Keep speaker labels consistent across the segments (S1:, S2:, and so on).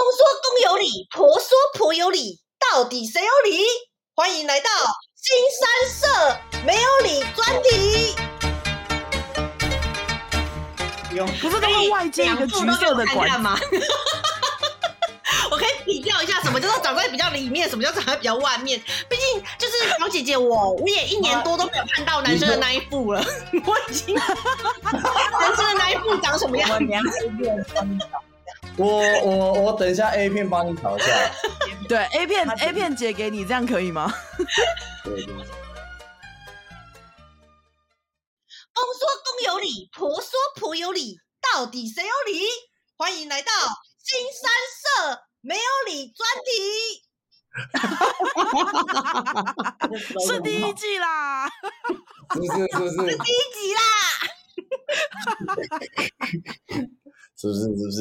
S1: 公说公有理，婆说婆有理，到底谁有理？欢迎来到新三社没有理专题。
S2: 用
S3: 不是都会外接一个橘色的管子？
S1: 吗？ 我可以比较一下，什么叫做长在比较里面，什么叫长在比较外面。毕竟就是小姐姐我，我也一年多都没有看到男生的那一副了，我已经啊男生的那一副长什么样？
S2: 我娘 A 片帮你找我我我等一下 A 片帮你找一下。
S3: 对，A 片
S2: 他觉得
S3: A 片姐给你，这样可以吗？
S2: 对对
S1: 公说公有理，婆说婆有理，到底谁有理？欢迎来到新三社没有理专题。
S3: 是第一季啦，
S2: 是不是是不是
S1: 第一集啦，
S2: 是不是是不是？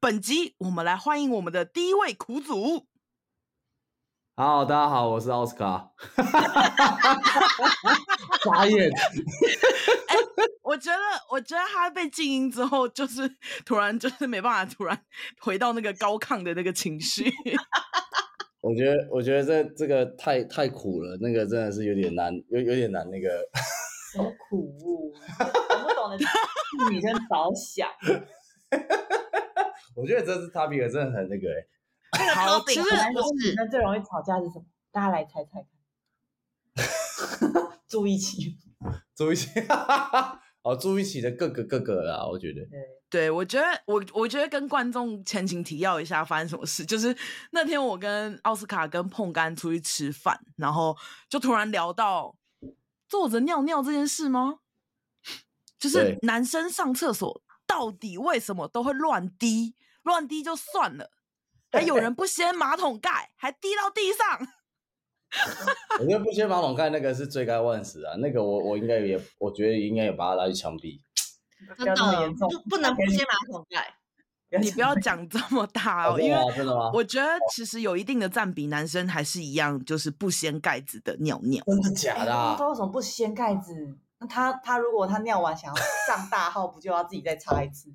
S3: 本集我们来欢迎我们的第一位苦主，
S2: 好，大家好，我是奥斯卡。傻眼，
S3: 我觉得我觉得他被静音之后，就是突然就是没办法，突然回到那个高亢的那个情绪。
S2: 我觉得我觉得这这个太太苦了，那个真的是有点难，有有点难那个。
S4: 好
S1: 嗯
S4: 苦哦，我不懂得替女生着想。
S2: 我觉得这次 topic 真的很那个欸
S1: 那个
S3: 好
S1: topic
S3: 其实
S1: 很难
S3: 我
S1: 解释
S4: 那最容易吵架是什么？大家来猜猜看。 住一起，
S2: 住一起， 哦，住一起的各个各个啦，我觉得
S4: 对，
S3: 对，我觉得我我觉得跟观众前情提要一下发生什么事，就是那天我跟奥斯卡跟碰干出去吃饭，然后就突然聊到坐着尿尿这件事吗？就是
S2: 对
S3: 男生上厕所到底为什么都会乱滴？乱滴就算了，还有人不掀马桶盖，还滴到地上。
S2: 我觉得不掀马桶盖那个是罪该万死啊，那个我我应该也，我觉得应该也把他拉去枪毙。
S4: 不
S1: 真
S4: 要那么
S1: 的
S4: 严重，
S1: 不不能不先马桶盖。
S3: 你不要讲这么大哦，
S2: 真
S3: 因
S2: 的
S3: 为
S2: 吗真的吗？
S3: 我觉得其实有一定的占比，男生还是一样，就是不掀盖子的尿尿。
S2: 真的假的、啊
S4: 哎他？为什么不掀盖子？那他他如果他尿完想要上大号，不就要自己再擦一次？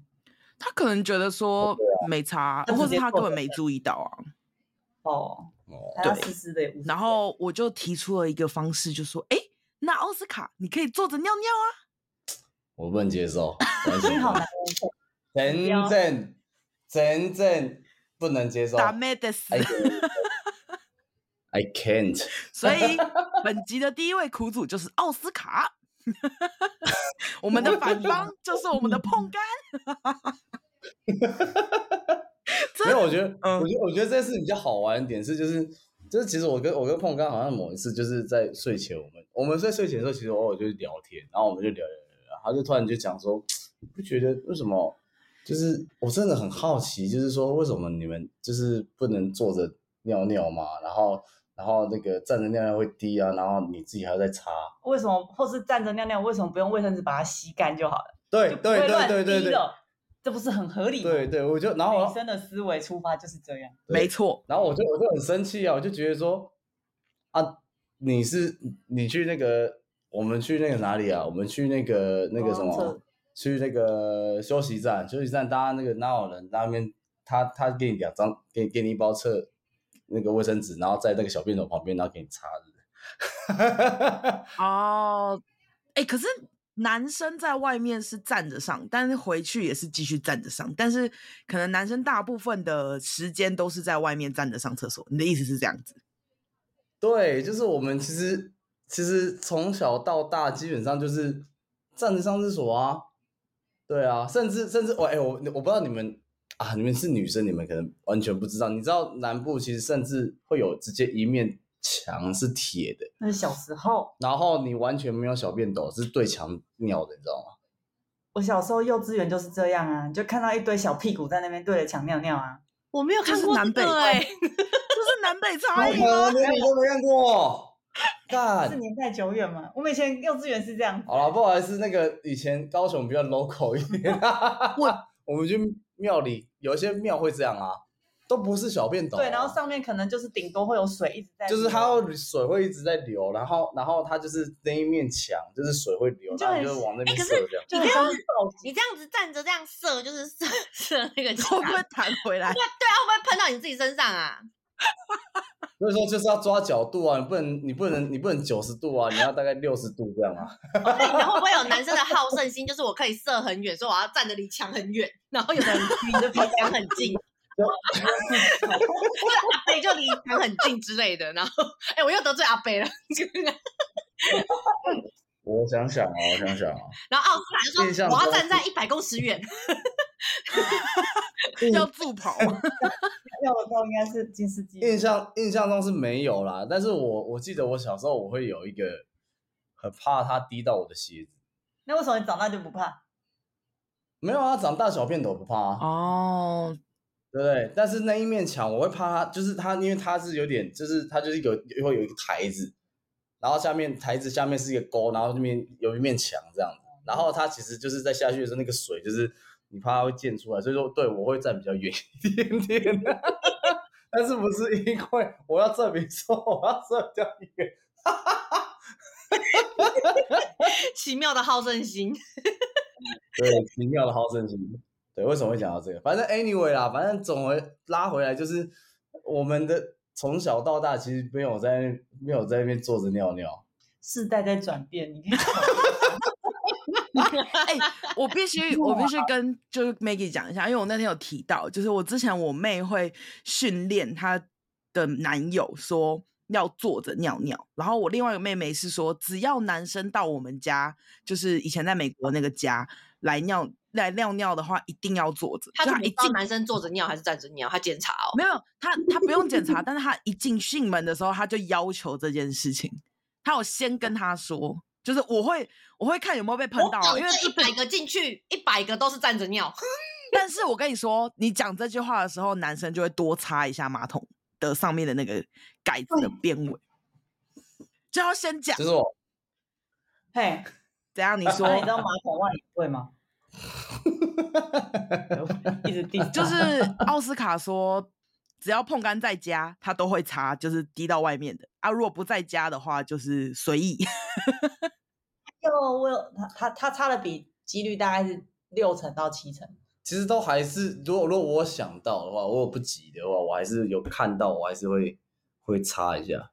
S3: 他可能觉得说没差，
S4: 哦啊他直
S3: 或是
S4: 接
S3: 他
S4: 做
S3: 根本
S4: 的
S3: 没注意到啊。
S4: 哦，
S2: 哦
S4: 还要
S3: 对
S4: 湿湿的也无所谓。
S3: 然后我就提出了一个方式，就说：“哎，那奥斯卡，你可以坐着尿尿啊。
S2: 我不能接 受，完全
S4: 心好难
S2: 真正真正不能接”受。
S4: 哦
S3: 打妹的死
S4: 哎
S2: I。can't. I can't，
S3: 所以本集的第一位苦主就是奥斯卡， 我们的反方就是我们的碰 干。
S2: 因为我觉得，
S3: 嗯
S2: 我觉得，我觉得这次比较好玩的点是，就是，就是，其实我跟我跟碰刚好像某一次就是在睡前，我们我们在睡前的时候，其实偶尔就是聊天，然后我们就聊聊聊聊，他就突然就讲说，你不觉得为什么？就是我真的很好奇，就是说为什么你们就是不能坐着尿尿嘛？然后，然后那个站着尿尿会滴啊，然后你自己还要再擦。
S4: 为什么或是站着尿尿，为什么不用卫生纸把它吸干就好了？
S2: 对
S4: 就不
S2: 对对
S4: 会乱
S2: 对对
S4: 滴哦
S2: 对
S4: 了，这不是很合理吗？
S2: 对对，我就然后
S4: 女生的思维出发就是这样。
S2: 对
S3: 没错，
S2: 然后我就我就很生气啊，我就觉得说，啊，你是你去那个，我们去那个哪里啊？我们去那个那个什
S4: 公共
S2: 么
S4: 厕，
S2: 去那个休息站，休息站大家那个哪有人那边他他给你两张，给你给你一包厕那个卫生纸，然后在那个小便斗旁边，然后给你擦的。
S3: 哦，哎，可是男生在外面是站着上，但是回去也是继续站着上，但是可能男生大部分的时间都是在外面站着上厕所。你的意思是这样子？
S2: 对，就是我们其实其实从小到大基本上就是站着上厕所啊，对啊，甚至甚至我哎、我我不知道你们啊，你们是女生，你们可能完全不知道，你知道南部其实甚至会有直接一面墙是铁的，
S4: 那是小时候，
S2: 然后你完全没有小便斗，是对墙尿的，你知道吗？
S4: 我小时候幼稚园就是这样啊，就看到一堆小屁股在那边对着墙尿尿啊。
S1: 我没有
S3: 这
S1: 看
S3: 是
S1: 过
S3: 南
S1: 这
S3: 北
S1: 个
S3: 派
S1: 哎、
S3: 就是南北差
S2: 我
S3: 异
S2: 你
S3: 吗？
S2: 都没看过，
S3: 啊
S4: 是
S2: 干。
S4: 年代久远嘛？我们以前幼稚园是这样子，
S2: 好了，不好意思，那个以前高雄比较 local 一 点，啊
S3: 我
S2: 我们去庙里，有一些庙会这样啊，都不是小便斗啊、
S4: 对，然后上面可能就是顶多会有水一直在，
S2: 就是它，会水会一直在流，然后然后它就是那一面墙，就是水会流，
S4: 你就
S2: 然后
S4: 很
S2: 你就往那边
S1: 哎可
S2: 射
S1: 是
S2: 这样。
S4: 就很像是
S1: 你这样子站着这样射，就是射射那个
S3: 会不
S1: 墙
S3: 会弹回 来？
S1: 对啊，会不会喷到你自己身上啊？
S2: 所以说就是要抓角度啊，你不能你不能你不能九十度啊，你要大概六十度这样啊。
S1: 那你们会不会有男生的好胜心？就是我可以射很远，所以我要站得离墙很远，然后有的人离的离墙很近， 或者阿北就离墙很近之类的。然后，哎、我又得罪阿北了。
S2: 我想想啊，我想想啊，
S1: 然后奥斯卡就说
S2: 印象
S1: 我要
S2: 中
S1: 站在一百公尺远，
S3: 要助跑吗？
S4: 要我到应该是金丝鸡，
S3: 嗯
S2: 印象印象中是没有啦，但是我我记得我小时候我会有一个很怕它滴到我的鞋子，
S4: 那为什么你长大就不怕？
S2: 没有啊，长大小便斗不怕啊，
S3: 哦，
S2: 对不对？但是那一面墙我会怕它，就是它，因为它是有点，就是它就是有会有一个台子，然后下面台子下面是一个沟，然后那边有一面墙这样子，然后它其实就是在下去的时候那个水就是你怕它会溅出来，所以说对我会站比较远一点点， 但是不是因为我要证明说我要射比较远。
S1: 奇妙的好胜心。
S2: 对，奇妙的好胜心。对，为什么会讲到这个？反正 anyway 啦，反正总回拉回来就是我们的从小到大其实没有在那没有在那边坐着尿尿。
S4: 世代在转变，你看，
S3: 哎、我必须，我必须跟就是 Maggie 讲一下，因为我那天有提到，就是我之前我妹会训练她的男友说要坐着尿尿，然后我另外一个妹妹是说，只要男生到我们家，就是以前在美国那个家来尿来尿尿的话，一定要坐着，
S1: 他
S3: 就
S1: 怎
S3: 她
S1: 么
S3: 一
S1: 知道
S3: 进。
S1: 男生坐着尿还是站着尿？他检查哦。
S3: 没有，他他不用检查，但是他一进进门的时候，他就要求这件事情。他有先跟他说，就是我会我会看有没有被喷
S1: 我
S3: 到
S1: 保
S3: 啊，因为
S1: 证
S3: 这
S1: 一百个进去，一百个都是站着 尿。
S3: 但是我跟你说，你讲这句话的时候，男生就会多擦一下马桶的上面的那个盖子的边尾，就要先讲
S2: 其。实我
S4: 嘿，
S3: 怎样？你
S4: 那你
S3: 说
S4: 知道马桶外也会吗？一直递，
S3: 就是奥斯卡说，只要碰干在家，他都会擦，就是滴到外面的啊。如果不在家的话，就是随意。
S4: 哟，我有他他他差的比几率大概是六成到七成，
S2: 其实都还是，如果如果我想到的话，我有不急的话，我还是有看到，我还是会会擦一下。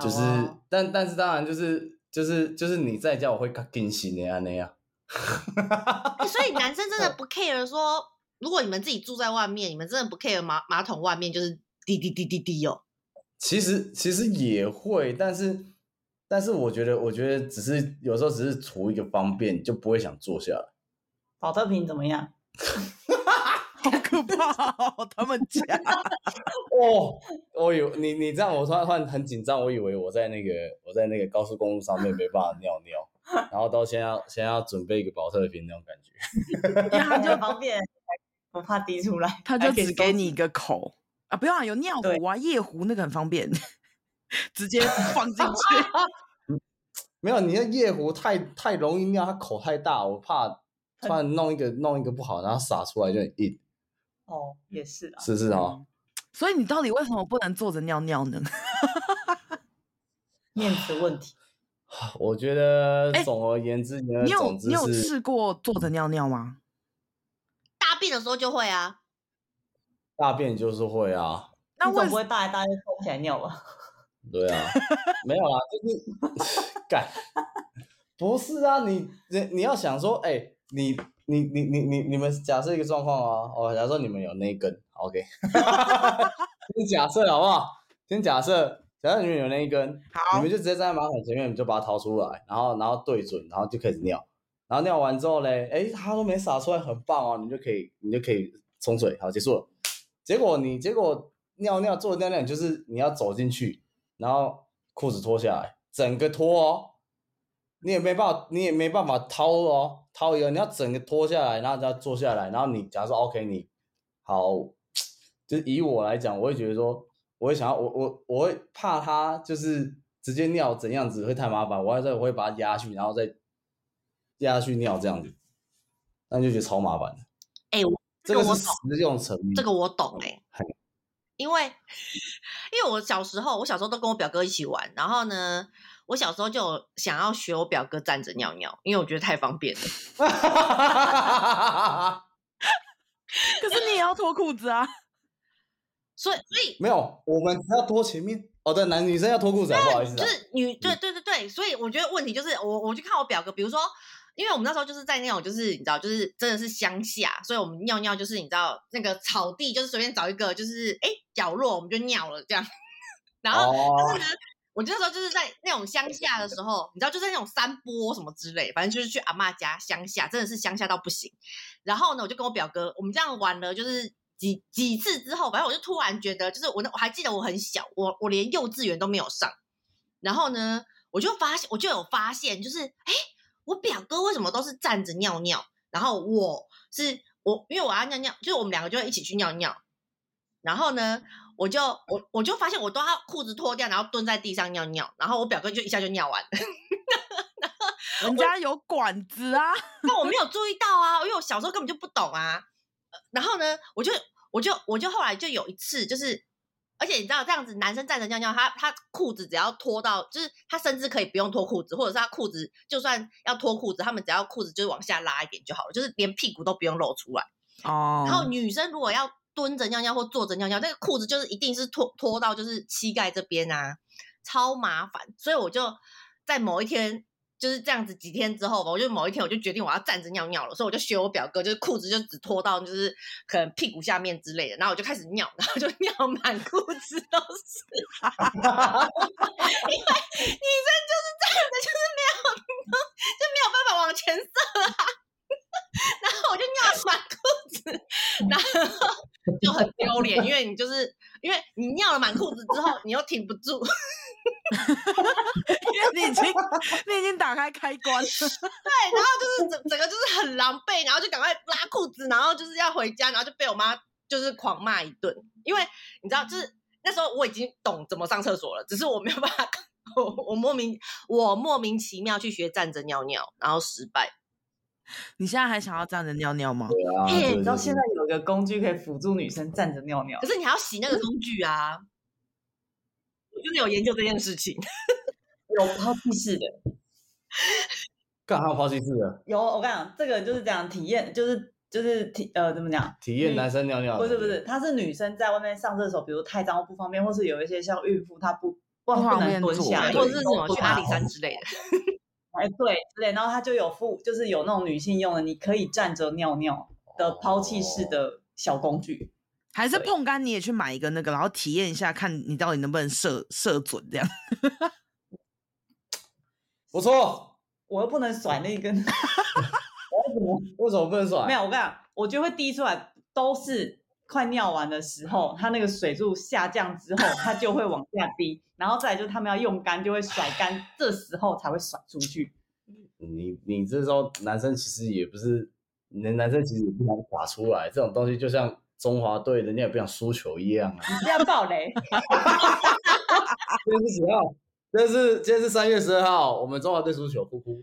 S2: 就是，
S4: 好啊
S2: 但但是当然就是就是就是你在家我会更更新的啊那样。
S1: 欸所以男生真的不 care 说，如果你们自己住在外面，你们真的不 care 马马桶外面就是滴滴滴滴滴哦。
S2: 其实其实也会，但是但是我觉得，我觉得只是有时候只是图一个方便，你就不会想坐下来。
S4: 保特瓶怎么 样？
S3: 好可怕、哦！他们家
S2: 哦，我以为你你这样，我突然突然很紧张，我以为我在那个我在那个高速公路上面没办法尿尿，然后到现在要现在要准备一个保特瓶那种感觉。
S3: 因为他
S4: 他
S3: 就
S4: 就方便，不怕滴出来，
S3: 他
S4: 还
S3: 就
S4: 可以
S3: 只
S4: 收
S3: 给
S4: 拾
S3: 你一个口啊，不用啊，有尿
S4: 对
S3: 壶啊、夜壶那个很方便， 直 接放进去。
S2: 没有，你那夜壶太太容易尿，它口太大，我怕突然弄一个弄一个不好，然后洒出来就很硬，
S4: 哦，也是啊，
S2: 是不是
S3: 嗯
S2: 啊？
S3: 所以你到底为什么不能坐着尿尿呢？
S4: 面子问题。
S2: 我觉得
S3: 哎
S2: 总而言之，言而
S3: 你有
S2: 总之
S3: 你有
S2: 是
S3: 试过坐着尿尿吗？
S1: 大便的时候就会啊，
S2: 大便就是会啊。
S3: 那
S4: 你总
S3: 为
S4: 不会大来大去抽起来尿吧？
S2: 对啊，没有啦，就是 干，不是啊，你你你要想说，哎、你你你你你你们假设一个状况啊，哦，假设你们有那一根好，OK，先假设好不好？先假设，假设你们有那一根，你
S3: 好
S2: 们就直接站在马桶前面，你们就把它掏出来，然后然后对准，然后就开始尿，然后尿完之后嘞，哎，它都没洒出来，很棒哦，你就可以你就可以冲水，好，结束了。结果你结果尿尿做尿尿，你就是你要走进去，然后裤子脱下来，整个脱哦，你也没办法，你也没办法掏哦，掏一个，你要整个脱下来，然后再坐下来，然后你假如说 OK，你好，就是以我来讲，我会觉得说，我会想要，我我我会怕他就是直接尿怎样子会太麻烦，我还在我会把它压下去，然后再压下去尿这样子，那就觉得超麻烦的。
S1: 哎、我
S2: 这
S1: 个
S2: 个
S1: 我
S2: 是
S1: 懂，
S2: 实用层面，
S1: 这个 我懂哎、
S2: 嘿
S1: 因为因为我小时候，我小时候都跟我表哥一起玩，然后呢，我小时候就有想要学我表哥站着尿尿，因为我觉得太方便了。
S3: 可是你也要脱裤子啊！
S1: 所以所以
S2: 没有，我们只要脱前面。哦，对，男女生要脱裤子啊，不好意思、
S1: 就
S2: 啊。
S1: 是女，对对对对，所以我觉得问题就是我我去看我表哥，比如说，因为我们那时候就是在那种就是你知道，就是真的是乡下，所以我们尿尿就是你知道那个草地，就是随便找一个就是哎角落我们就尿了这样， 然后但
S2: 哦
S1: 是呢，我那时候就是在那种乡下的时候，你知道，就是那种山坡什么之类，反正就是去阿嬷家乡下，真的是乡下到不行。然后呢，我就跟我表哥，我们这样玩了，就是。几几次之后，反正我就突然觉得，就是我那我还记得我很小，我我连幼稚园都没有上。然后呢，我就发现，我就有发现，就是哎，我表哥为什么都是站着尿尿，然后我是我，因为我要尿尿，就是我们两个就会一起去尿尿。然后呢，我就我我就发现我都要裤子脱掉，然后蹲在地上尿尿，然后我表哥就一下就尿完了，
S3: 人家有管子 啊，
S1: 但我没有注意到啊，因为我小时候根本就不懂啊。呃然后呢，我就我就我就后来就有一次就是。而且你知道这样子，男生站着尿尿，他他裤子只要脱到，就是他甚至可以不用脱裤子，或者是他裤子就算要脱裤子，他们只要裤子就是往下拉一点就好了，就是连屁股都不用露出来。
S3: 哦
S1: 然后女生如果要蹲着尿尿或坐着尿尿，那个裤子就是一定是脱脱到就是膝盖这边啊，超麻烦。所以我就在某一天就是这样子几天之后吧，我就某一天我就决定我要站着尿尿了，所以我就学我表哥，就是裤子就只脱到就是可能屁股下面之类的，然后我就开始尿，然后就尿满裤子都是。 女生就是站着，就是没有就 没有办法往前射啊。 然后我就尿了满裤子，然后就很 丢脸，因为你就是因为你尿了满裤子之后，你又挺不住，
S3: 因为你已经 你已经打开开关了，
S1: 对，然后就是整整个就是很狼狈，然后就赶快拉裤子，然后就是要回家，然后就被我妈就是狂骂一顿，因为你知道，就是那时候我已经懂怎么上厕所了，只是我没有办法，我我莫名我莫名其妙去学站着尿尿，然后失败。
S3: 你现在还想要站着尿尿吗？
S2: 对啊，
S1: 嘿你
S2: 对
S4: 哎你
S2: 对
S4: 知道
S2: 对
S4: 现在有一个工具可以辅助女生站着尿尿
S1: 可，是你还要洗那个工具啊。我真的有研究这件事情，
S4: 有抛弃式的。
S2: 干还有抛弃式的
S4: 有，我跟你讲，这个就是这样体验，就是就是体呃怎么讲？
S2: 体验男生尿尿的
S4: 不
S2: 感觉，
S4: 是不是，它是女生在外面上厕所，比如太脏或不方便，或是有一些像孕妇她不不
S3: 不方
S4: 能
S3: 便
S4: 蹲
S3: 坐
S4: 下，
S2: 对
S1: 或者是什么
S4: 不
S1: 去阿
S4: 好
S1: 里山之类的，
S4: 哎，对对，然后它就有附，就是有那种女性用的，你可以站着尿尿的抛弃式的小工具。
S3: 还是
S4: 对
S3: 碰干你也去买一个那个，然后体验一下，看你到底能不能射射准这样？
S2: 不错，
S4: 我又不能甩那一 根，我要怎么？
S2: 为什么不能甩？
S4: 没有，我跟你讲，我就会滴出来，都是快尿完的时候，它那个水柱下降之后，它就会往下滴，然后再来就是他们要用干，就会甩干，这时候才会甩出去。
S2: 你你这时候男生其实也不是，你的男生其实也不想打出来，这种东西就像中华队人家也不想输球一样啊。
S4: 你这样爆 雷，啊
S2: 今天是几号？今天是今天是三月十二号，我们中华队输球，哭哭。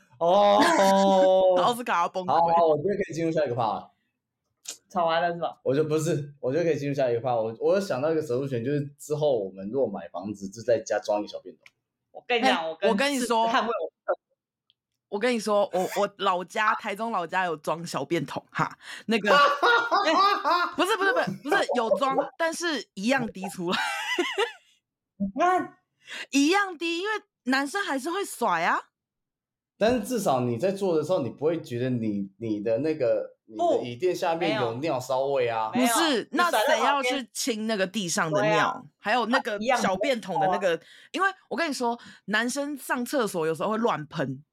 S2: 哦，
S3: 奥
S2: 好
S3: 斯卡要崩
S2: 好
S3: 溃，
S2: 好，我觉得可以进入下一个 part 了。
S4: 吵完了是吧？
S2: 我就不是，我就可以进入下一个 part。我我有想到一个手术权，就是之后我们如果买房子，就在家装一个小便斗。
S4: 我跟你
S3: 哎
S4: 讲，我跟
S3: 我跟你
S4: 是
S3: 说
S4: 捍卫我
S3: 我跟你说，我我老家台中老家有装小便桶哈，那 个不是不是不是不是有装，但是一样滴出来，
S4: 你看
S3: 一样滴，因为男生还是会甩啊。
S2: 但是至少你在做的时候，你不会觉得你你的那个你的
S4: 不
S2: 椅垫下面
S4: 没有
S2: 有尿骚味啊
S4: 没。
S3: 不
S4: 有
S3: 是，
S4: 你
S3: 那
S4: 甩在
S3: 谁
S4: 旁
S3: 要
S4: 边
S3: 去清那个地上的
S4: 对啊
S3: 尿，还有那个
S4: 一样
S3: 小
S4: 的
S3: 便桶的那个？因为我跟你说，男生上厕所有时候会乱喷，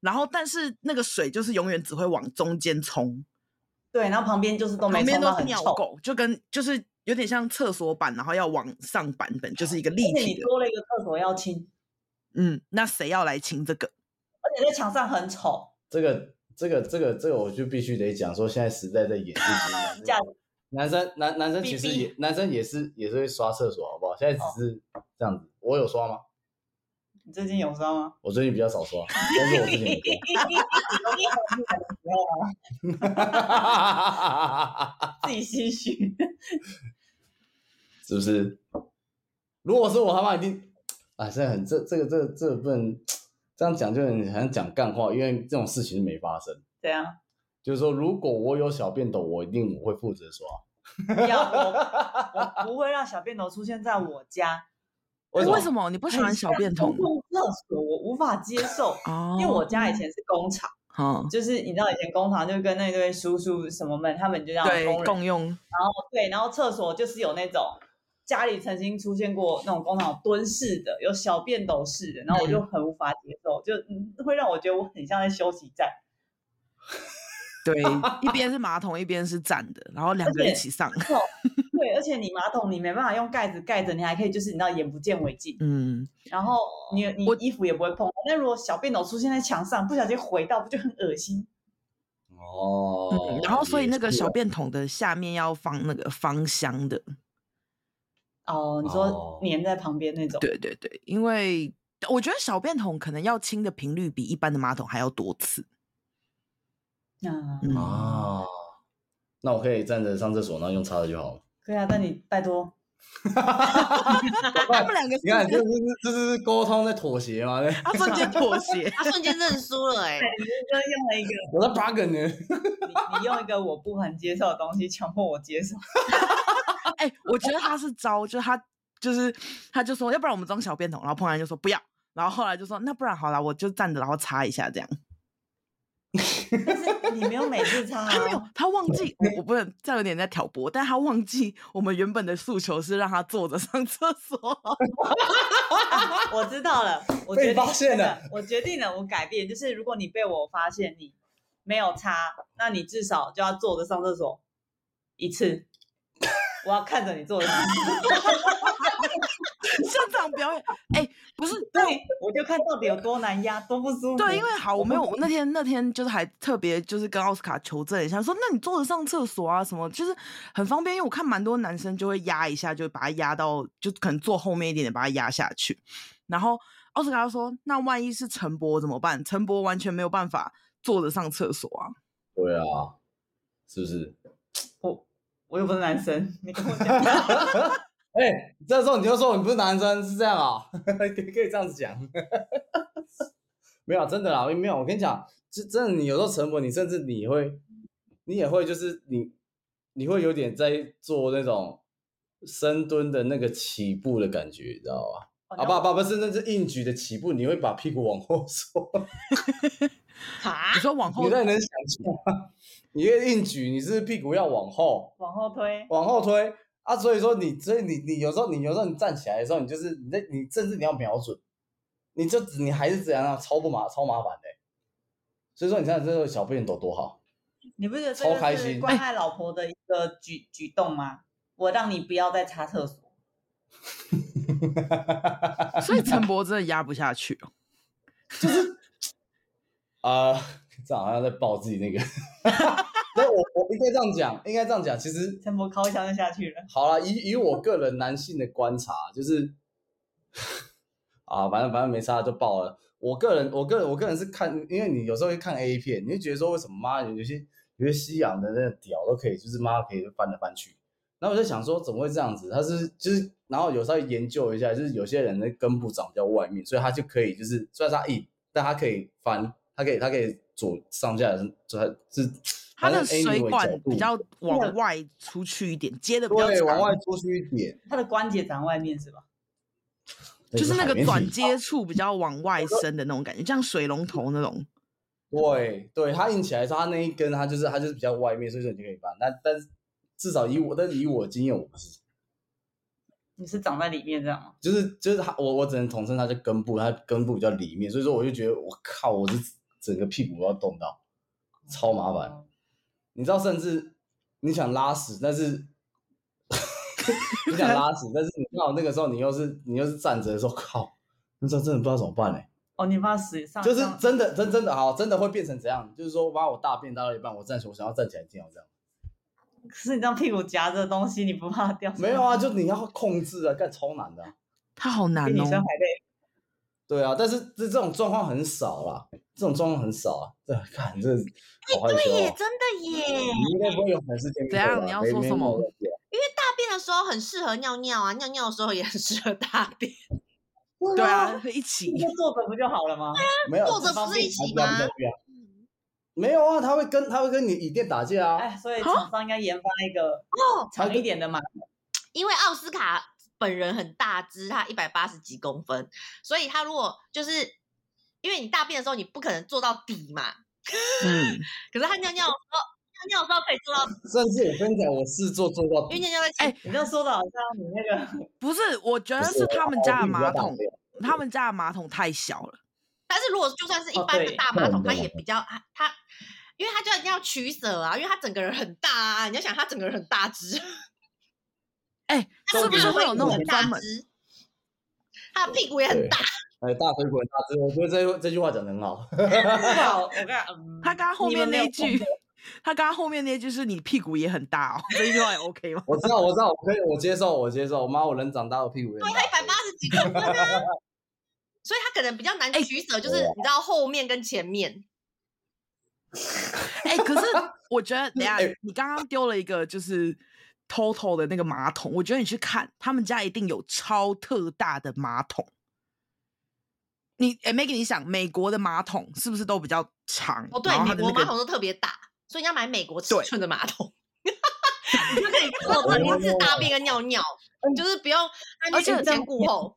S3: 然后但是那个水就是永远只会往中间冲，
S4: 对，然后旁边就是都哦没
S3: 旁边
S4: 冲
S3: 都
S4: 到
S3: 是
S4: 很
S3: 尿
S4: 臭，
S3: 垢，就跟就是有点像厕所板，然后要往上版本，就是一个立
S4: 而且
S3: 体
S4: 你
S3: 的。
S4: 多了一个厕所要清，
S3: 嗯，那谁要来清这个？
S4: 而且在墙上很丑，
S2: 这个这个这个这个，我就必须得讲说，现在时代在演进
S4: 你讲
S2: 男生男男生其实
S4: BB 哦
S2: 也男生也是也是会刷厕所，好不好？现在只是这样子。我有刷吗？
S4: 你最近有刷吗？
S2: 我最近比较少刷，但是我最近很 多。
S4: 自己心虚。
S2: 是不是？如果是我他妈一定，哎，这很这这个这个这个不能这样讲，就很很讲干话，因为这种事情没发生。
S4: 怎样？
S2: 就是说，如果我有小便斗，我一定我会负责刷。
S4: 不要我，我不会让小便头出现在我家。
S2: 为什么？
S3: 哎为什么你不喜欢小便桶
S4: 公？ 共厕所我无法接受，
S3: 哦，
S4: 因为我家以前是工厂，
S3: 好
S4: 就是你知道以前工厂就跟那堆叔叔什么们，他们就让
S3: 对
S4: 工人
S3: 共用，
S4: 对，然后厕所就是有那种家里曾经出现过那种工厂有蹲式的，有小便斗式的，然后我就很无法接受，就嗯会让我觉得我很像在休息站。
S3: 对，一边是马桶，一边是站的，然后两
S4: 而
S3: 个一
S4: 且
S3: 起上，
S4: 对，而且你马桶你没办法用盖子盖着，你还可以就是你知道眼不见为净，
S3: 嗯，
S4: 然后你你
S3: 我
S4: 衣服也不会碰。那如果小便斗出现在墙上，不小心回到，不就很恶心？
S2: 哦
S3: 嗯，然后所以那个
S2: 也是哦
S3: 小便桶的下面要放那个芳香的，
S4: 哦，你
S2: 哦
S4: 说粘在旁边那种，
S3: 对对对，因为我觉得小便桶可能要清的频率比一般的马桶还要多次，
S4: 啊，
S3: 嗯，
S2: 啊。那我可以站着上厕所，然后用擦的就好了。
S4: 对啊，但你拜托，
S3: 他们两个
S2: 你看，这是这是沟通在妥协吗？
S3: 他瞬间妥协，
S1: 他啊瞬间认输了哎、
S4: 就用了一个
S2: 我在 bargain 呢。
S4: 你你用一个我不很接受的东西强迫我接受，
S3: 哎、我觉得他是招，就是他就是他就说，要不然我们装小便桶，然后碰然就说不要，然后后来就说那不然好了，我就站着然后擦一下这样。
S4: 但是你没有每次擦、啊，
S3: 他没 有，他忘记我我不能这样有点在挑拨，但他忘记我们原本的诉求是让他坐着上厕所。
S4: 啊我知道了，我
S2: 被
S4: 决定
S2: 发现
S4: 真的
S2: 了
S4: 我决定了，我改变，就是如果你被我发现你没有擦，那你至少就要坐着上厕所一次，我要看着你坐着上厕所，
S3: 现场表演，哎、不是
S4: 对，我就看到底有多难压，多不舒服。
S3: 对，因为好，我没有，我那天那天就是还特别就是跟奥斯卡求证一下，说那你坐着上厕所啊什么，就是很方便，因为我看蛮多男生就会压一下，就把它压到，就可能坐后面一点点把它压下去。然后奥斯卡就说，那万一是陈博怎么办？陈博完全没有办法坐着上厕所啊。
S2: 对啊，是不是？
S4: 我我又不是男生，你跟我讲，
S2: 哎、这时候你就说你不是男生是这样啊、 可以可以这样子讲， 没有啊真的啦，没有我跟你讲，这真的你有时候成本，你甚至你会，你也会就是你你会有点在做那种深蹲的那个起步的感觉，你知道吧？
S4: 哦
S2: 啊不不不是，那是硬举的起步，你会把屁股往后缩，
S1: 啊
S3: 你，说往
S2: 你
S3: 后
S2: 那能想象吗？ 你越硬举，你是不是屁股要往后，
S4: 往后推，
S2: 往后推啊，所以说你，所以你，你有时候，你有时候你站起来的时候，你就是你在你甚至你要瞄准，你就只你还是这样啊，超不麻超麻烦的欸、所以说你看这个小便斗多好，
S4: 你不觉得这
S2: 超
S4: 个
S2: 开
S4: 是
S2: 心
S4: 关爱老婆的一个举举动吗？我让你不要再擦厕所。
S3: 所以陈博真的压不下 去哦。
S2: 啊、 这好像在爆自己那个。 那我我应该这样讲，应该这样讲，其实
S4: 陈伯敲一枪就下去了，
S2: 好啦，以以我个人男性的观察，就是 啊，反正反正没差就爆了。我个人，我个人，我个人是看，因为你有时候会看 A 片，你会觉得说为什么妈有些有些西洋的那个屌都可以，就是妈可以翻来翻去。然后我就想说，怎么会这样子？他是就是，然后有时候研究一下，就是有些人的根部长比较外面，所以他就可以就是，虽然他硬，但他可以翻，他可以他可以左上下，就他是
S3: 他的
S2: 反正
S3: 水
S2: anyway 角
S3: 管
S2: 度啊
S3: 比较
S4: 对
S3: 往外出去一点，接的比较
S2: 对
S3: 长，
S2: 往外出去一点，
S4: 他的关节长外面是吧？
S3: 就是那
S2: 海
S3: 个
S2: 绵
S3: 转
S2: 体
S3: 接触比较往外伸的那种感觉，像水龙头那种。
S2: 对对，它硬起来的时候，它那一根它就是它就是比较外面，所以说你就可以翻。但但是至少以我，但是以我经验，我不是，
S4: 你是长在里面这样吗？
S2: 就是就是它，我我只能统称它叫根部，它根部比较里面，所以说我就觉得我靠，我是整个屁股都要动到，超麻烦。你知道，甚至你想拉屎，但是 你想拉屎，但是你刚好那个时候你又是你又是站着的时候，靠，那时候真的不知道怎么办欸呢、
S4: 哦，你怕死上
S2: 就是
S4: 上
S2: 真的真真的好，真的会变成怎样？就是说，把我大便大到一半，我站起来，我想要站起来，这样这样。
S4: 可是你这样屁股夹着东西，你不怕掉？
S2: 没有，啊，就你要控制啊，干超难的啊、
S3: 他好难
S4: 比女
S3: 哦
S4: 生。还累。
S2: 对啊，但是这这种状况很少啦，这种状况很少啊。这看这好害羞、
S1: 哎对耶，
S2: 哦。
S1: 真的耶。
S2: 你应该不会有粉丝见面
S3: 怎
S2: 会
S3: 样
S2: 吧
S3: 你要
S2: 没
S3: 说
S2: 没
S3: 什
S2: 那
S3: 么
S2: 东西啊
S1: 大便的时候很适合尿尿啊，尿尿的时候也很适合大便。
S3: 对 啊，会一起
S4: 你就坐着不就好了吗？
S2: 没有
S1: 坐着
S2: 这方
S1: 不是
S2: 面
S1: 一
S2: 还
S1: 起
S2: 不要
S1: 吗
S2: 再去啊
S1: 嗯
S2: 没有啊，他会跟他会跟你椅垫打架啊。
S4: 哎，所以
S3: 啊
S4: 厂商应该研发一个
S1: 哦，
S4: 长一点的嘛。
S1: 因为奥斯卡本人很大只，他一百八十几公分，所以他如果就是因为你大便的时候你不可能做到底嘛，
S3: 嗯，
S1: 可是他尿尿的时候，尿尿的时候可以做到，
S2: 甚至我跟你讲，我试做做到
S1: 因为尿尿在前
S3: 哎
S4: 你这说的好像你 那个
S3: 不是，我觉得
S2: 不是
S3: 是他们家的马
S2: 我
S3: 桶
S2: 弟比较，啊
S3: 他们家的马桶太小了。
S1: 但是如果就算是一
S4: 哦
S1: 般的
S4: 对
S1: 大马
S2: 那
S1: 桶，
S2: 我
S1: 它
S2: 懂
S1: 也
S2: 了
S1: 比较它它，因为它就一定要取舍啊，因为它整个人很大啊，你要想它整个人很大只，
S3: 哎，
S1: 它
S3: 是
S1: 的
S3: 不
S1: 大
S3: 是
S1: 腿
S3: 会有那
S1: 骨
S3: 种
S1: 很大
S3: 专门？
S1: 只？它的屁股也很
S2: 对
S1: 大，
S2: 哎，大腿骨很大只，我觉得这这句话讲的很好。
S4: 不好，我看嗯
S3: 他刚刚后
S4: 你
S3: 面
S4: 们没
S3: 那
S4: 有
S3: 一句， 他刚刚后面那一句是你屁股也很大哦，这一句话也 OK 吗？
S2: 我知道，我知道，我可以，我接受，我接受。妈，我人长大，我屁股也
S1: 对，它一百八十几公分 啊，所以它可能比较难
S3: 哎
S1: 取舍，就是
S2: 对啊
S1: 你知道后面跟前面。
S3: 哎、可是 我觉得，等一下
S2: 哎
S3: 你刚刚丢了一个就是 Toto 的那个马桶，我觉得你去看他们家一定有超特大的马桶。你哎、m a g g i e 你想美国的马桶是不是都比较长？
S1: 哦，对
S3: 然，后
S1: 美
S3: 它的
S1: 国
S3: 那
S1: 马
S3: 个
S1: 桶都特别大，所以你要买美国尺
S3: 对
S1: 寸的马桶， 你就可 以做成一次大便跟尿尿，就是不用在那
S3: 嗯而且
S1: 边前顾后。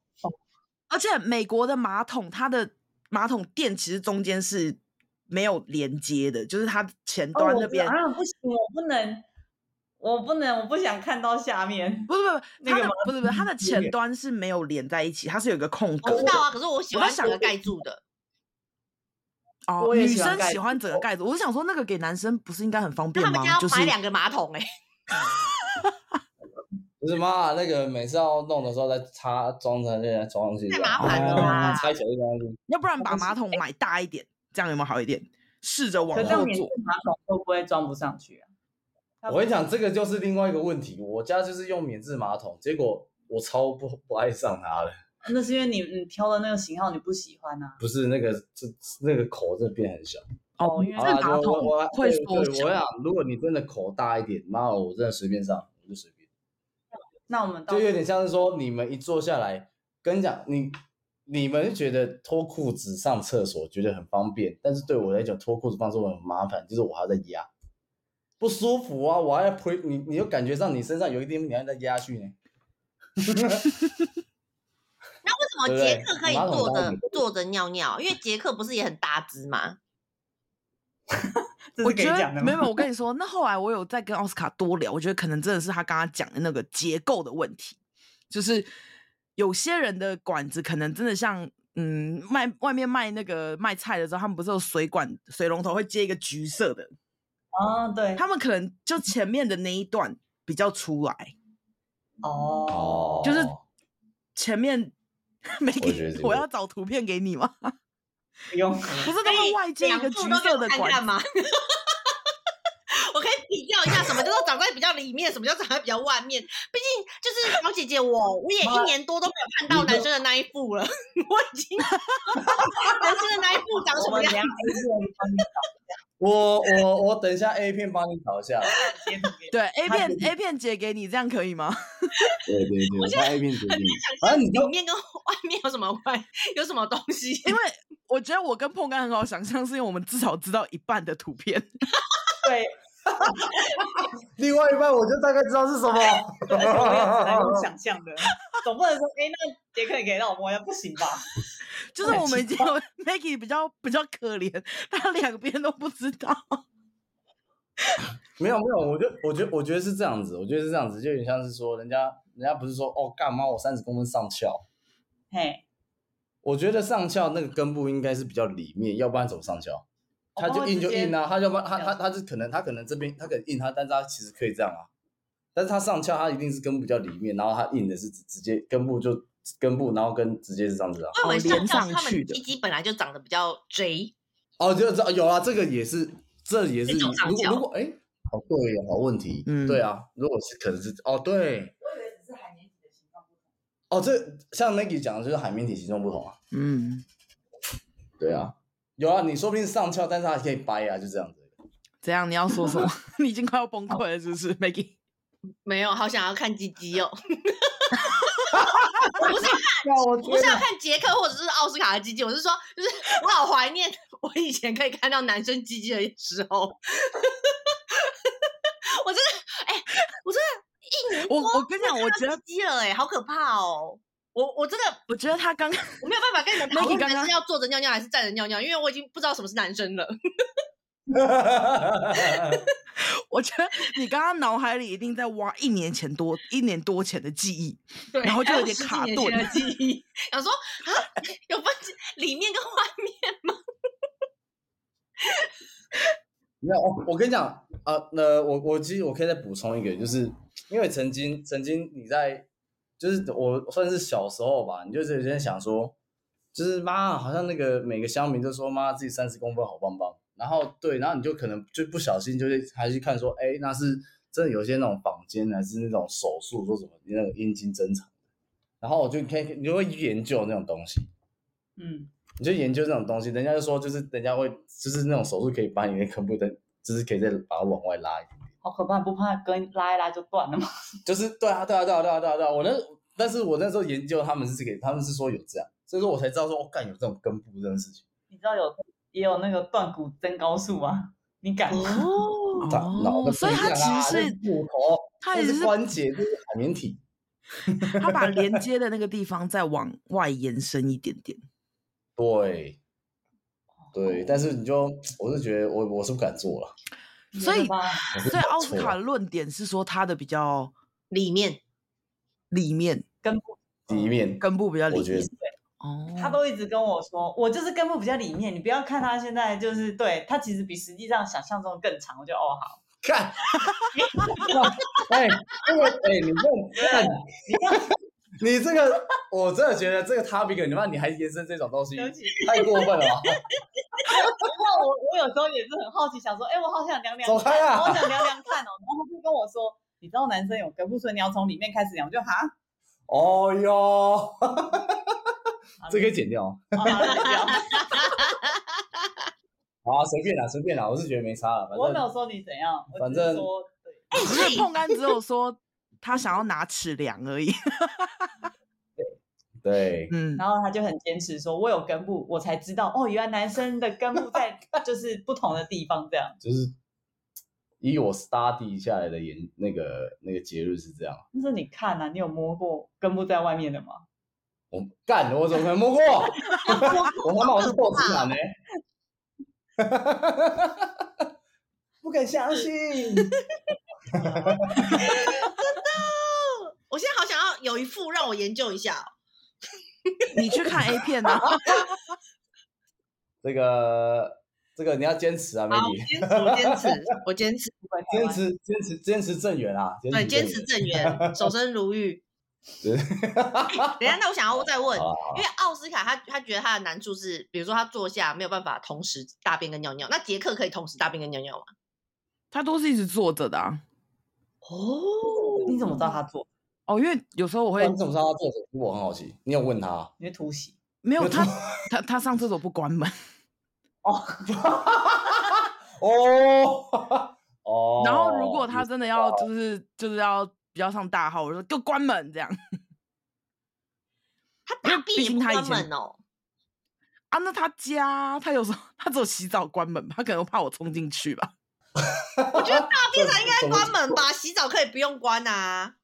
S3: 而且美国的马桶，它的马桶垫其实中间是没有连接的，就是它前
S4: 哦
S3: 端
S4: 我
S3: 那
S4: 知
S3: 边、
S4: 啊，不行，我不能，我不能，我不想看到下面。
S3: 不是不是不
S4: 那
S3: 是，它
S4: 个
S3: 的
S4: 马
S3: 不是不是，它的
S4: 是那
S3: 前
S4: 个
S3: 端是没有连在一起，它是有一个空格
S1: 我知
S3: 的。
S1: 道啊，可是我喜
S3: 我在
S1: 欢整
S3: 想
S1: 个盖住的。
S3: 哦，
S4: 我也
S3: 女
S4: 喜欢
S3: 生
S4: 盖
S3: 喜
S4: 子
S3: 欢整个盖子，我想说那个给男生不是应该很方
S1: 那
S3: 便
S1: 他们
S3: 吗
S1: 家？要
S3: 就是
S1: 买两个马桶 哎、
S2: 不是妈，那个每次要弄的时候再插装上去，再装上去，
S1: 太麻烦了
S2: 啊
S1: 啦
S2: 拆起来就装上去。
S3: 要不然把
S4: 不是
S3: 马桶买大一点，这样有没有好一点？试着往
S4: 可这样
S3: 后
S4: 免治
S3: 坐。
S4: 马桶会不会装不上去啊？
S2: 我跟你讲，这个就是另外一个问题。我家就是用免治马桶，结果我超不不爱上它的，
S4: 那是因为你你挑的那个型号你不喜欢啊。
S2: 不是那个这那个口真的变很小。
S3: 哦，
S4: 因为
S3: 这
S2: 好啦
S3: 个马
S2: 就我我
S3: 桶会
S2: 对
S3: 缩
S2: 对我
S3: 小。
S2: 想，如果你真的口大一点，妈，我真的随便上，我就随便。
S4: 那我们到
S2: 就有点像是说，你们一坐下来，跟你讲，你你们觉得脱裤子上厕所觉得很方便，但是对我来讲，脱裤子上厕所很麻烦，就是我还要再压，不舒服啊，我还要推你，你又感觉上你身上有一点你还在压去呢。
S1: 那为什么
S2: 对
S1: 杰克可以
S2: 马桶
S1: 坐
S2: 大
S1: 着
S2: 一点
S1: 坐着尿尿？因为杰克不是也很大只吗？
S4: 这
S3: 我
S4: 是可以
S3: 觉
S4: 讲
S3: 得
S4: 的
S3: 没
S4: 吗？
S3: 有，我跟你说，那后来我有再跟奥斯卡多聊，我觉得可能真的是他刚刚讲的那个结构的问题，就是有些人的管子可能真的像。嗯，卖外面卖那个卖菜的时候，他们不是有水管水龙头会接一个橘色的，
S4: 啊，对，
S3: 他们可能就前面的那一段比较出来，
S4: 哦，
S3: 就是前面没
S2: 我觉
S3: 给
S2: 得这
S3: 我
S2: 个
S3: 要找图片给 你吗？
S4: 不用，
S3: 不是都会外接一
S1: 两
S3: 个
S1: 副
S3: 橘
S1: 都给
S3: 色
S1: 我
S3: 的
S1: 看
S3: 管
S1: 看
S3: 子
S1: 吗？ 我可以比较一下，什么叫做长在比较里面，什么叫长在比较外面。毕竟就是小姐姐我，我也一年多都没有看到
S2: 你
S1: 男
S2: 就
S1: 生的那一副了， 我已经男生的那一副长什
S4: 我
S1: 么
S4: 们
S1: 样
S4: 俩一个人帮你
S2: 我我我等一下 A 片帮你找一下，
S4: 找 截图给
S3: 对 A
S4: 他
S3: 片
S4: 自
S3: A 片截给你，这样可以吗？
S2: 对对对，我
S1: 现在
S2: 看 A 片决定。
S1: 想
S2: 反
S1: 象
S2: 正你就
S1: 里面跟外面有什么关，有什么东西？
S3: 因为我觉得我跟碰干很好想象，是因为我们至少知道一半的图片。
S4: 对，
S2: 另外一半，我就大概知道 是什么。
S4: 对我也只能用想象的，总不能说哎，那杰克也可以让我摸一下，不行吧？
S3: 就是
S4: 很
S3: 我们
S4: 奇
S3: 已经 Maggie 比较比较可怜，他两边都不知道。
S2: 没有没有，我觉得我觉得我觉得是这样子，我觉得是这样子，就有点像是说，人家人家不是说哦，干嘛我三十公分上翘？
S4: 嘿，
S2: 我觉得上翘那个根部应该是比较里面，要不然怎么上翘？
S4: 哦
S2: 他就硬就硬啊，他要不然他
S4: 了
S2: 他他就可能他可能这边他可能硬他，但是他其实可以这样啊，但是他上翘他一定是根部比较里面，然后他硬的是直直接根部就根部，然后跟直接是这样子啊。
S1: 我以为上
S3: 连
S1: 校
S3: 上
S1: 是他
S3: 去
S1: 们
S3: 的
S1: 鸡鸡本来就长得比较 J，
S2: 哦，就这有啊，这个也是这也是
S1: 一种上
S2: 如果
S1: 翘
S2: 如果哎，哦对哦，好问题，
S3: 嗯
S2: 对啊，如果是可能是哦对，
S4: 我以为只是海绵体的形状不同。
S2: 哦，这像 Maggie 讲的就是海绵体形状不同啊。
S3: 嗯，
S2: 对啊，有啊，你说不定上翘，但是它还可以掰啊，就这样子。
S3: 怎样？你要说什么？ 你已经快要崩溃了，是不是，Maggie？
S1: 没有，好想要看鸡鸡哦！
S2: 那我
S1: 我不是要看杰克或者是奥斯卡的鸡鸡，我是说，就是 我好怀念我以前可以看到男生鸡鸡的时候。我真的，哎、我真的一年
S3: 我
S1: 多
S3: 我跟你讲
S1: 没有
S3: 我
S1: 看
S3: 觉
S1: 到
S3: 得
S1: 鸡鸡了、哎，好可怕哦！我我真的
S3: 我觉得他刚刚
S1: 我没有办法跟你们讨
S3: Maggie
S1: 论
S3: 刚
S1: 男
S3: 刚
S1: 生要坐着尿尿还是站着尿尿，因为我已经不知道什么是男生了。
S3: 我觉得你刚刚脑海里一定在挖一年前多一年多前的记忆，
S1: 对，
S3: 然后就
S1: 还
S3: 有点
S1: 十几
S3: 卡
S1: 年
S3: 顿
S1: 前的记忆，想说啊，有分里面跟外面吗？
S2: 没有，哦我我跟你讲啊，那、我我其实我可以再补充一个，就是因为曾经曾经你在，就是我算是小时候吧，你就是有些人想说，就是妈，好像那个每个乡民都说妈自己三十公分好棒棒，然后对，然后你就可能就不小心就会还去看说，哎，那是真的有些那种坊间还是那种手术说什么那个阴茎增长，然后我就可以你就会去研究那种东西，
S4: 嗯，
S2: 你就研究这种东西，人家就说就是人家会就是那种手术可以把你的根部的，就是可以再把它往外拉一点，
S4: 好可怕，不怕跟拉一拉就断了吗？
S2: 就是对啊对啊对啊对啊对啊对啊，我那但是我那时候研究他们是给他们是说有这样，所以说我才知道说我哦干、有这种根部这种事情，
S4: 你知道有也有那个断骨增高术啊，你敢吗？
S1: 哦，
S2: 大脑的
S3: 哦，
S2: 不
S3: 所以
S2: 一
S3: 他
S2: 样啊
S3: 其实
S2: 那
S3: 是
S2: 是骨头，
S3: 他
S2: 那
S3: 也
S2: 是
S3: 是
S2: 关节，这是海绵体，
S3: 他把连接的那个地方再往外延伸一点点。
S2: 对
S3: 哦
S2: 对，但是你就我是觉得我我是不敢做了，
S3: 所以
S4: 没有吧
S2: 我是
S3: 所以奥斯
S2: 不敢
S3: 卡的
S2: 做了
S3: 论点是说他的比较
S1: 里面
S3: 里面，
S4: 根部
S2: 第一面，
S3: 根部比较里
S2: 我觉得
S3: 面
S2: 是。
S3: 哦，
S4: 他都一直跟我说，我就是根部比较里面，你不要看他现在就是对他其实比实际上想象中更长，我就哦好，
S2: 看， 哎，这个哎，你这种干 你这个，我真的觉得这个 topic，你妈你还延伸这种东西
S4: 对，不起。
S2: 太过分了啊吧？
S4: 那我我有时候也是很好奇，想说，哎、我好想量量
S2: 走开啊
S4: 看，我好想量量看哦。然后他就跟我说，你知道男生有根部，所以你要从里面开始量，我就哈，
S2: 哦哟，
S4: 好
S2: 这可以剪掉。啊
S4: 好好好好好
S2: 好啊，随便啦，随便啦，我是觉得没差了，
S4: 我
S2: 反
S4: 没
S2: 正
S4: 有说你怎样，我
S2: 反
S4: 只是
S2: 正
S4: 说对
S1: 哎，所
S3: 哦所以
S1: 以
S3: 碰杆只有说他想要拿尺量而已。
S2: 对，
S3: 嗯，
S4: 然后他就很坚持说，我有根部，我才知道哦，原来男生的根部在就是不同的地方这样。
S2: 就是以我 study 下来的研那个那个结论是这样。
S4: 但是你看啊，你有摸过根部在外面的吗？
S2: 我干，我怎么可能摸 过？我他妈我是豆腐男呢！ 不敢相信。
S1: 我现在好想要有一副让我研究一下哦、
S3: 你去看 A 片 啊，
S2: 这个这个你要坚持啊，妹
S1: 哦好，我
S2: 弟，
S1: 坚持，我坚持，我坚持，
S4: 不会台
S2: 坚
S4: 湾
S2: 持坚持坚持正缘啊，
S1: 对，坚持
S2: 正
S1: 正缘，守身如玉。
S2: 对
S1: 等一下，那我想要再问
S2: 缘。好啊，
S1: 因为奥斯卡他他觉得他的难处是，比如说他坐下没有办法同时大便跟尿尿，那杰克可以同时大便跟尿尿吗？
S3: 他都是一直坐着的啊。
S1: 哦，
S4: 你怎么知道他做？
S3: 哦，因为有时候我
S2: 不
S3: 会
S2: 然你怎么知道他做什么？我很好奇，你有问他？啊
S4: 因为突袭。
S3: 没有
S2: 有
S3: 他，他他上厕所不关门，
S2: 哦 哦。
S3: 然后如果他真的要就是就是要比较上大号，我就说给我关门这样
S1: 他
S3: 因
S1: 大
S3: 为
S1: 便
S3: 毕
S1: 也
S3: 竟
S1: 不
S3: 他以
S1: 关
S3: 前
S1: 门 哦。
S3: 啊。那他家他有时候他只有洗澡关门吧，他可能怕我冲进去吧。
S2: 我觉得
S1: 大便才应该关
S2: 门。
S1: 门吧，洗澡可以不用关 啊。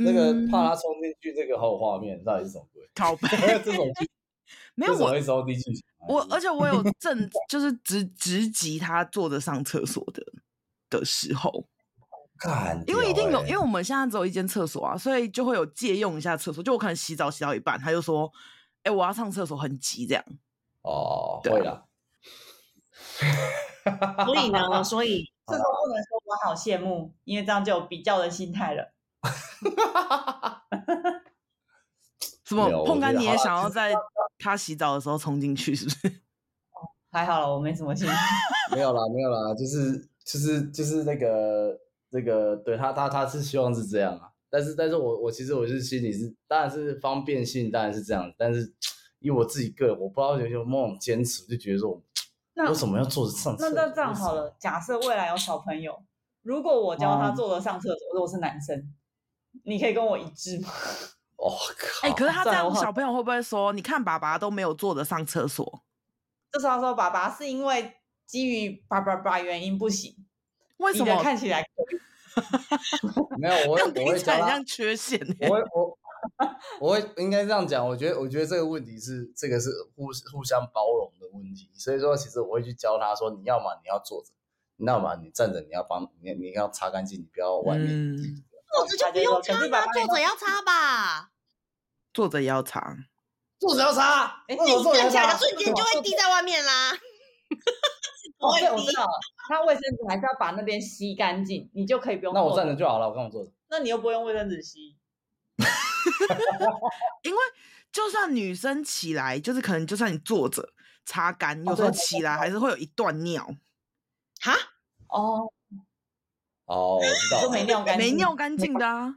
S2: 那个怕
S3: 嗯
S2: 他冲进去，这个后画面到底是什么鬼？
S3: 靠背，
S2: 这种
S3: 没
S2: 这
S3: 有
S2: 种
S3: 我
S2: S O D 剧情啊，
S3: 我，呃而且我 有正就是直直击他坐着上厕所的的时候，
S2: 干，欸
S3: 因为一定有，因为
S2: 为
S3: 我们现在只有一间厕所啊，所以就会有借用一下厕所。就我可能洗澡洗到一半，他就说：“哎、我要上厕所，很急。”这样，
S2: 哦，
S3: 对啊
S2: 会啦，
S1: 所以呢，所以
S4: 这时候不能说我好羡慕，因为这样就有比较的心态了。
S3: 什
S2: 没有
S3: 么
S2: 我
S3: 碰
S2: 觉
S3: 干
S2: 得
S3: 你
S2: 好
S3: 也
S2: 啦
S3: 想要在他洗澡的时候冲进去，是不是？
S4: 还好了，我没什么兴趣。
S2: 没有啦，没有啦，就是就是就是那个那个，对他他他是希望是这样啊，但是，但是我我其实我是心里是，当然是方便性当然是这样，但是以我自己个人，我不知道有有某种坚持，就觉得说我
S4: 那
S2: 为什么要做上厕
S4: 那
S2: 所？
S4: 那这样好
S2: 为什
S4: 了
S2: 么，，
S4: 假设未来有小朋友，如果我教他
S2: 嗯
S4: 坐着上厕所，如果是男生，你可以跟我一致吗？
S2: 哦靠！
S3: 哎、可是他这
S4: 算了
S3: 样，
S4: 我好
S3: 小朋友会不会说，你看爸爸都没有坐着上厕所，
S4: 这时候他说爸爸是因为基于叭叭叭原因不行，
S3: 为
S4: 你
S3: 什
S4: 的
S3: 么？
S4: 看起来
S2: 没有，我
S3: 这
S2: 会
S3: 样
S2: 我
S3: 听
S2: 会
S3: 起
S2: 教
S3: 来很
S2: 他
S3: 像，缺陷、
S2: 我
S3: 欸。
S2: 会我我会应该这样讲。我觉得我觉得这个问题是这个是互互相包容的问题，所以说其实我会去教他说，你要么你要坐着，要么你站着，你要帮你你要擦干净，你不要外面
S3: 嗯
S2: 地
S1: 坐着就不用
S4: 可
S1: 擦
S4: 是
S1: 吧，
S4: 爸爸
S1: 坐着要擦 吧。
S3: 坐着也要长，
S2: 坐着要擦，
S4: 哎
S2: 为什么哦坐着要
S1: 站起来
S2: 擦
S1: 的？瞬间就会滴在外面 啦。
S4: 哦，
S1: 会
S4: 对，我
S1: 滴
S4: 知道了，他卫生纸还是要把那边吸干净，你就可以不用。
S2: 那我站着，就好了，我干嘛坐着？
S4: 那你又不用卫生纸吸。
S3: 因为就算女生起来，就是可能就算你坐着擦干，有时候
S4: 对
S3: 起来还是会有一段尿，
S1: 哈，
S4: 哦，
S2: 哦，我知 道
S4: 都没
S2: 了，
S4: 尿干净，
S3: 没尿干净的啊。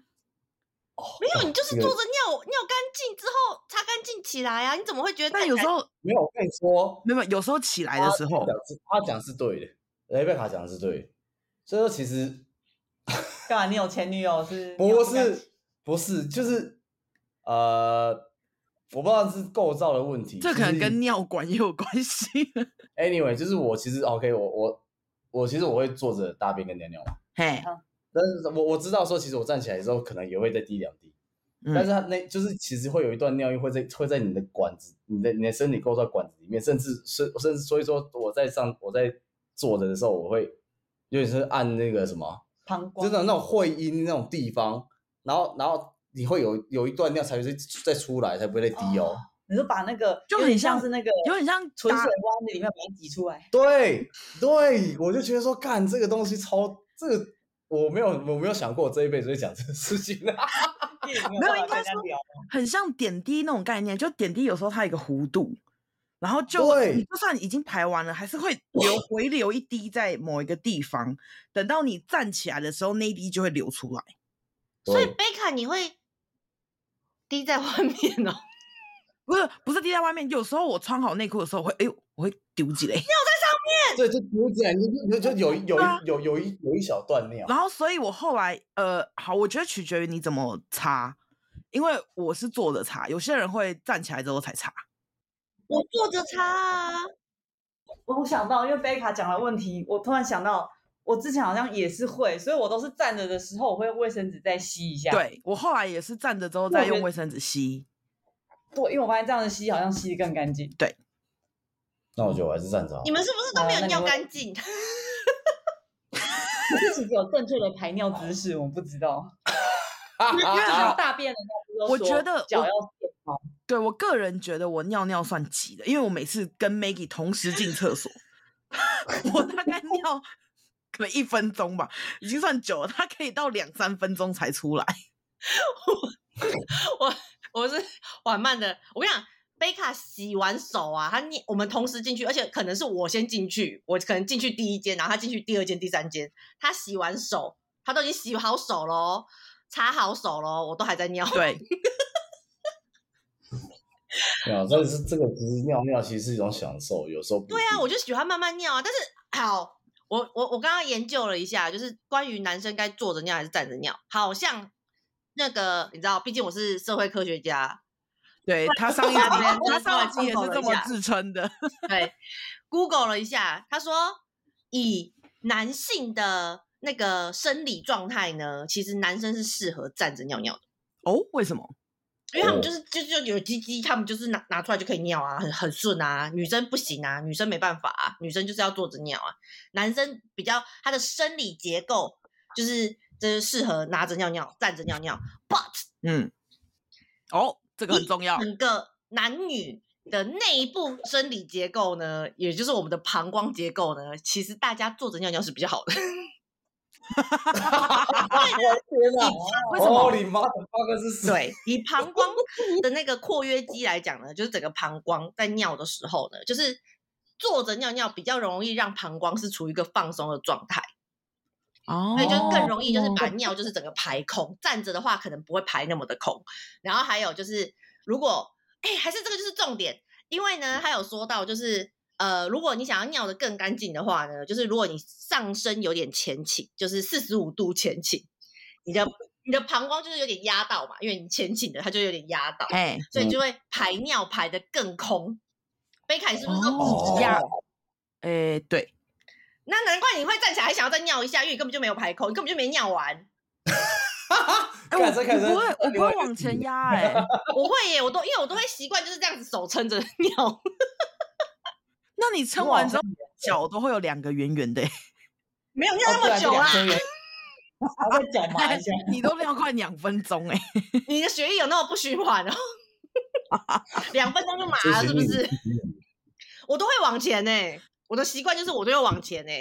S1: 没有，你就是
S2: 这个
S1: 坐着尿尿干净之后擦干净起来啊，你怎么会觉得？
S3: 但有时候
S2: 没有，我跟你说，
S3: 没有，没有有时候起啊来的时候
S2: 他，讲是他讲是对的，雷贝卡讲是对的，所以说其实
S4: 干嘛？你有前女友是？
S2: 不是不是就是呃，我不知道是构造的问题，
S3: 这可
S2: 就是
S3: 能跟尿管也有关系。
S2: anyway，就是我其实 OK，我我我其实我会坐着大便跟尿尿嘛，
S3: 嘿，
S2: 但是我我知道说，其实我站起来的时候可能也会再滴两滴，但
S3: 嗯
S2: 是它那就是其实会有一段尿液会在会在你的管子、你的你的身体构造管子里面，甚至是甚至所以说我在上我在坐着的时候，我会有点是按那个什么，
S4: 膀
S2: 就
S4: 胱，
S2: 是那种会阴那种地方，然后然后你会有有一段尿才会再再出来，才不会再滴哦。
S4: 哦你是把那个
S3: 就
S4: 有
S3: 很
S4: 点
S3: 像
S4: 是那个
S3: 有点像
S4: 纯
S3: 打
S4: 水湾的里面把它挤出来。
S2: 对对，我就觉得说，干这个东西超这个，我没有我没有想过我这一辈子会讲这个事情啊。
S4: 没有
S3: 没有
S4: 办法
S3: 应该
S4: 跟人家
S3: 说
S4: 聊
S3: 很像点滴那种概念，就点滴有时候它有一个弧度，然后就
S2: 对
S3: 你就算已经排完了，还是 会流回流一滴在某一个地方，等到你站起来的时候，那一滴就会流出来。
S1: 所以
S2: 对
S1: 贝卡你会滴在外面哦，
S3: 不是不是滴在外面，有时候我穿好内裤的时候我会，哎呦，我会丢起来，
S2: 对，就不是这样，就就就有一有一
S3: 对啊
S2: 有有一有一小段尿。
S3: 然后所以我后来呃，好，我觉得取决于你怎么擦，因为我是坐着擦，有些人会站起来之后才擦。
S1: 我坐着擦啊。
S4: 我想到，因为贝卡讲了问题，我突然想到，我之前好像也是会，所以我都是站着的时候，我会用卫生纸再吸一下。
S3: 对我后来也是站着之后再
S4: 那我觉
S3: 用
S4: 得
S3: 卫生纸吸。
S4: 对，因为我发现这样子吸好像吸得更干净。
S2: 那我觉得我还是站着好了。
S1: 你们是不是都没
S4: 哦那
S1: 有
S4: 你
S1: 尿
S4: 会
S1: 干净？
S4: 可是其实有正确的排尿姿势，我不知道。
S3: 因为
S4: 像
S3: 好
S4: 大便的时候，
S3: 我觉得
S4: 脚
S3: 我
S4: 要垫高。
S3: 对我个人觉得我尿尿算急的，因为我每次跟 Maggie 同时进厕所， 我 大概尿可能一分钟吧，已经算久了，他可以到两三分钟才出 来。
S1: 我我是缓慢的，我跟你讲。贝卡洗完手啊，他念我们同时进去，而且可能是我先进去，我可能进去第一间，然后他进去第二间、第三间。他洗完手，他都已经洗好手喽，擦好手喽，我都还在尿。
S3: 对，
S2: 没有，但是这个其实尿尿其实是一种享受，有时候不
S1: 对
S2: 一
S1: 啊，
S2: 定
S1: 我就喜欢慢慢尿啊。但是好，我我我刚刚研究了一下，就是关于男生该坐着尿还是站着尿，好像那个你知道，毕竟我是社会科学家，
S3: 对他上一集
S1: 下面
S3: 他
S1: 稍微
S3: 上一集也
S1: 参
S3: 是
S1: 考
S3: 这
S1: 一
S3: 么
S1: 下
S3: 自称的，
S1: 对 ，Google 了一下，他说以男性的那个生理状态呢，其实男生是适合站着尿尿的。
S3: 哦，为什么？
S1: 因为他们
S2: 哦
S1: 就是就就有鸡鸡，他们就是拿拿出来就可以尿啊，很很顺啊。女生不行啊，女生没办法啊，女生就是要坐着尿啊。男生比较他的生理结构就是就是适合拿着尿尿、站着尿尿。But
S3: 嗯，哦，这个很
S1: 一
S3: 重要，
S1: 整个男女的内部生理结构呢，也就是我们的膀胱结构呢，其实大家坐着尿尿是比较好的。
S4: 哎
S2: 天哪！
S3: 为什
S4: 哦
S3: 么？
S2: 你妈的八个是谁？
S1: 对，以膀胱的那个括约肌来讲呢，就是整个膀胱在尿的时候呢，就是坐着尿尿比较容易让膀胱是处于一个放松的状态。
S3: 哦，
S1: 嗯所以就更容易就是把尿就是整个排空。站着的话可能不会排那么的空。然后还有就是，如果哎、还是这个就是重点，因为呢，他有说到就是呃，如果你想要尿的更干净的话呢，就是如果你上身有点前倾，就是四十五度前倾，你的你的膀胱就是有点压到嘛，因为你前倾的，它就有点压到，
S3: 哎，
S1: 所以
S2: 嗯
S1: 就会排尿排的更空。贝凯是不是都
S3: 哦
S1: 不知道？
S3: 哎，对，
S1: 那难怪你会站起来还想要再尿一下，因为你根本就没有排空，你根本就没尿完。
S3: 哎，我
S2: 干
S3: 我
S2: 这看起来
S3: 不会，我
S2: 另
S3: 不
S2: 外
S3: 会
S2: 一
S3: 往前 压，哎，
S1: 我会耶，我都因为我都会习惯就是这样子手撑着 尿，
S3: 那 你撑
S4: 哇
S3: 完之后，脚都会有两个圆圆的，哎
S1: 没有尿
S4: 哦
S1: 那
S4: 不
S1: 么
S2: 啊
S4: 然就
S1: 久啊
S4: 两
S1: 啦。
S4: 千 元还在脚麻 一下，
S3: 你都尿快两分钟， 哎，
S2: 啊
S1: 你的血液有那么不循环哦？两分钟就麻
S2: 这
S1: 啊了是不
S2: 你
S1: 是？？我都会往前呢，我的习惯就是我都会往前呢。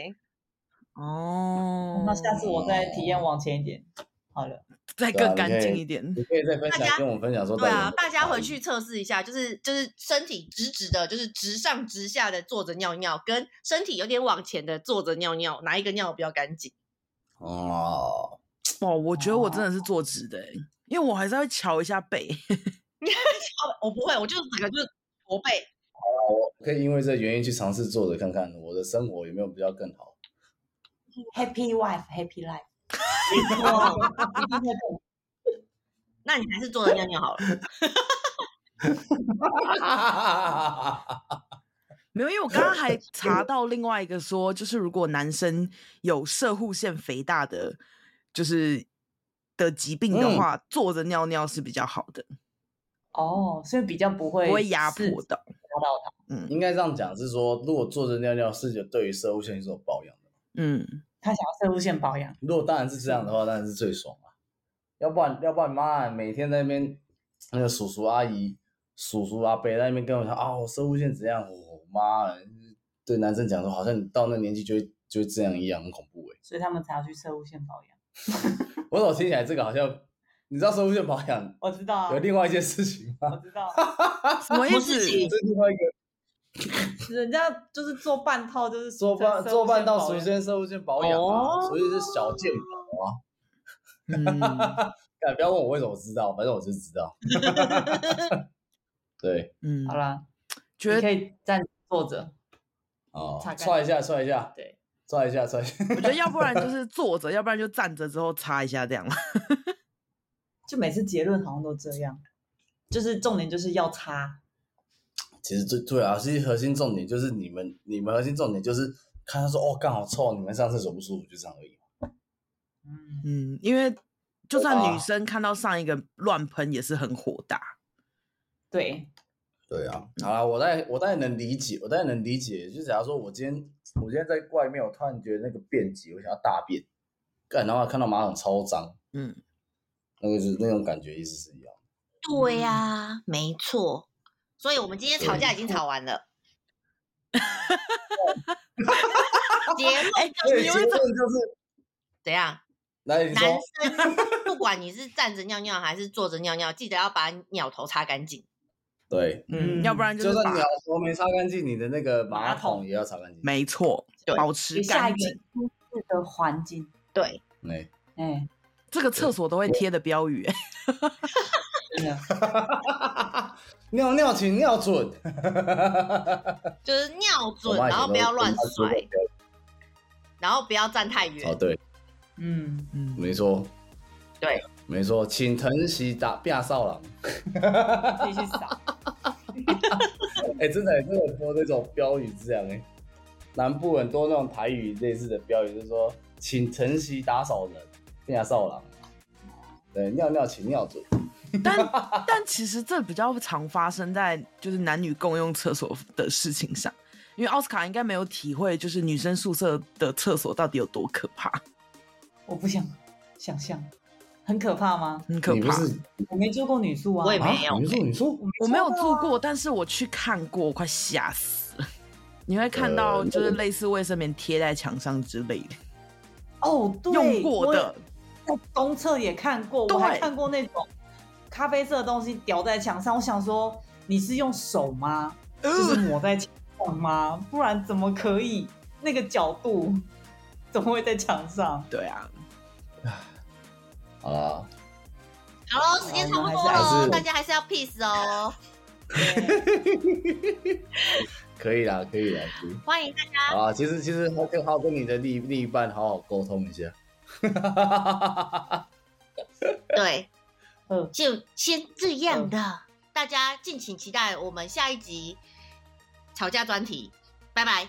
S3: 哦
S4: 那下次我再体验往前一点。好了，
S3: 再
S2: 对
S3: 更
S2: 啊你
S3: 干
S2: 可
S3: 净
S2: 以
S3: 一点。
S2: 你可以再分
S1: 大
S2: 享
S1: 家
S2: 跟我们分享说到
S1: 对
S2: 底有没有
S1: 啊
S2: 差异，，
S1: 大家回去测试一下，就是就是身体直直的，就是直上直下的坐着尿尿，跟身体有点往前的坐着尿尿，哪一个尿比较干净？
S2: 哦。
S3: 哇，我觉得我真的是坐直的、欸，因为我还是会瞧一下背。
S1: 哦，我不会，我就是整个就是驼背。
S2: 可以因为这原因去尝试做着看看，我的生活有没有比较更好。
S4: Happy wife, happy life。
S1: 那你还是坐着尿尿好了。
S3: 没有，因为我刚刚 还查到另外一个说，就是如果男生有射护腺肥大的，就是的疾病的
S2: 嗯
S3: 话，坐着尿尿是比较好的，
S4: 哦，所以比较不会
S3: 不会压迫
S4: 是
S3: 到。
S4: 压到他，
S3: 嗯
S2: 应该这样讲是说，如果坐着尿尿是有对于生物腺是有保养的。
S3: 嗯，
S4: 他想要射入线保养。
S2: 如果当然是这样的话，当然是最爽啊。要不然，要不然妈每天在那边那个叔叔阿姨、叔叔阿伯在那边跟我讲啊，我生物腺怎样，我妈的对男生讲说，好像你到那年纪就会就会这样一样，很恐怖哎、
S4: 所以他们才要去射物线保养。
S2: 我怎么听起来这个好像，你知道生物腺保养
S4: 我知道啊，
S2: 有另外一件事情 吗？
S4: 我知道，啊
S3: 什
S1: 不
S3: 么意
S1: 是
S3: 思？
S1: 情
S2: 这是另外一个
S4: 人家就是做半套，就是
S2: 做半做半到首
S4: 首先
S2: 先生物线保养啊，所以是小健保啊。
S3: 嗯
S2: 干不要问我为什么知道，反正我就知道。对
S3: 嗯，
S4: 好，啦，
S3: 觉
S4: 你
S3: 得
S4: 可以站坐着，
S2: 哦
S4: 擦，干净
S2: 踹一下，踹一下，
S4: 对，
S2: 踹一下，踹一下。
S3: 我 觉得要不 然就是坐着，要不然就站着之后擦一下这样。
S4: 就每次结论好像都这样，就是重点就是要擦，
S2: 其实最对啊，其实核心重点就是你们，你们核心重点就是看他说哦，刚好臭，你们上厕所不舒服，就这样而已。
S4: 嗯，
S3: 嗯，因为就算女
S2: 啊
S3: 生看到上一个乱喷也是很火大。
S4: 对，
S2: 对啊，好啦，我大概我大概能理解，我大概能理解，就假如说我今天我今天在外面，我突然觉得那个便急，我想要大便，干，然后看到马桶超脏，
S3: 嗯，
S2: 那个就是那种感觉，意思是一样。嗯
S1: 对呀、没错。所以我们今天吵架已经吵完 了。结论
S3: 哎、
S2: 对，
S3: 你
S2: 结
S3: 为
S2: 论
S3: 什么
S2: 就是，
S1: 怎样？
S2: 来你
S1: 男
S2: 说，
S1: 生不管你是站着尿尿还是坐着尿尿，记得要把鸟头擦干净。
S2: 对，
S3: 嗯，要不然
S2: 就是算
S3: 把
S2: 鸟头没擦干净，你的那个马
S4: 马桶
S2: 桶也要擦干净。
S3: 没错
S1: 对，
S3: 保
S4: 给
S3: 持
S4: 下
S3: 干
S4: 一个
S3: 净。
S4: 舒适的环境，
S1: 对，
S2: 没，
S4: 哎，
S3: 这个厕所都会贴的标语、欸，
S4: 真的，
S2: 尿尿请尿准，
S1: 就是尿
S2: 我
S1: 准，
S2: 妈以前
S1: 然后
S2: 都
S1: 不要乱
S2: 跟她说
S1: 甩，然后不要站太
S2: 哦，
S1: 远。
S2: 对，
S4: 嗯，
S3: 嗯，
S2: 没错，
S1: 对，
S2: 没错，请疼惜打变少郎。
S4: 自己去扫，
S2: 哎、真的、真的很多那种标语是这样哎、南部很多那种台语类似的标语，就是说请疼惜打扫人，变少郎。对，尿尿请尿准。
S3: 但但其实这比较常发生在就是男女共用厕所的事情上，因为奥斯卡应该没有体会，就是女生宿舍的厕所到底有多可怕，
S4: 我不想想象，很可怕吗？
S3: 很可
S2: 你不
S3: 怕。
S2: 是
S4: 我没住过女宿啊，
S1: 我也没嗯
S2: 啊？你说你说，
S3: 我没有住过，但是我去看过，我快吓死了。你会看到
S2: 呃
S3: 就是类似卫生棉贴在墙上之类的，
S4: 哦，对，
S3: 用过的
S4: 我也，在东侧也看过，我还
S3: 对
S4: 看过那种咖啡色的东西吊在墙上，我想说你是用手吗？
S3: 嗯
S4: 嗯就是抹在墙上吗？不然怎么可以那个角度？怎么会在 墙上？
S3: 对啊，
S2: 好啦，
S1: 好喽，时间差不多
S2: 好我们还
S1: 喽，
S2: 是
S1: 大家还是要 peace 哦。
S2: 可以啦，可以啦，可以。
S1: 欢迎大家，
S2: 好啊，其实其实还跟还有跟你的另一另一半好好沟通一下。
S1: 对，
S4: 嗯，
S1: 就先这样的，大家敬请期待我们下一集吵架专题，拜拜。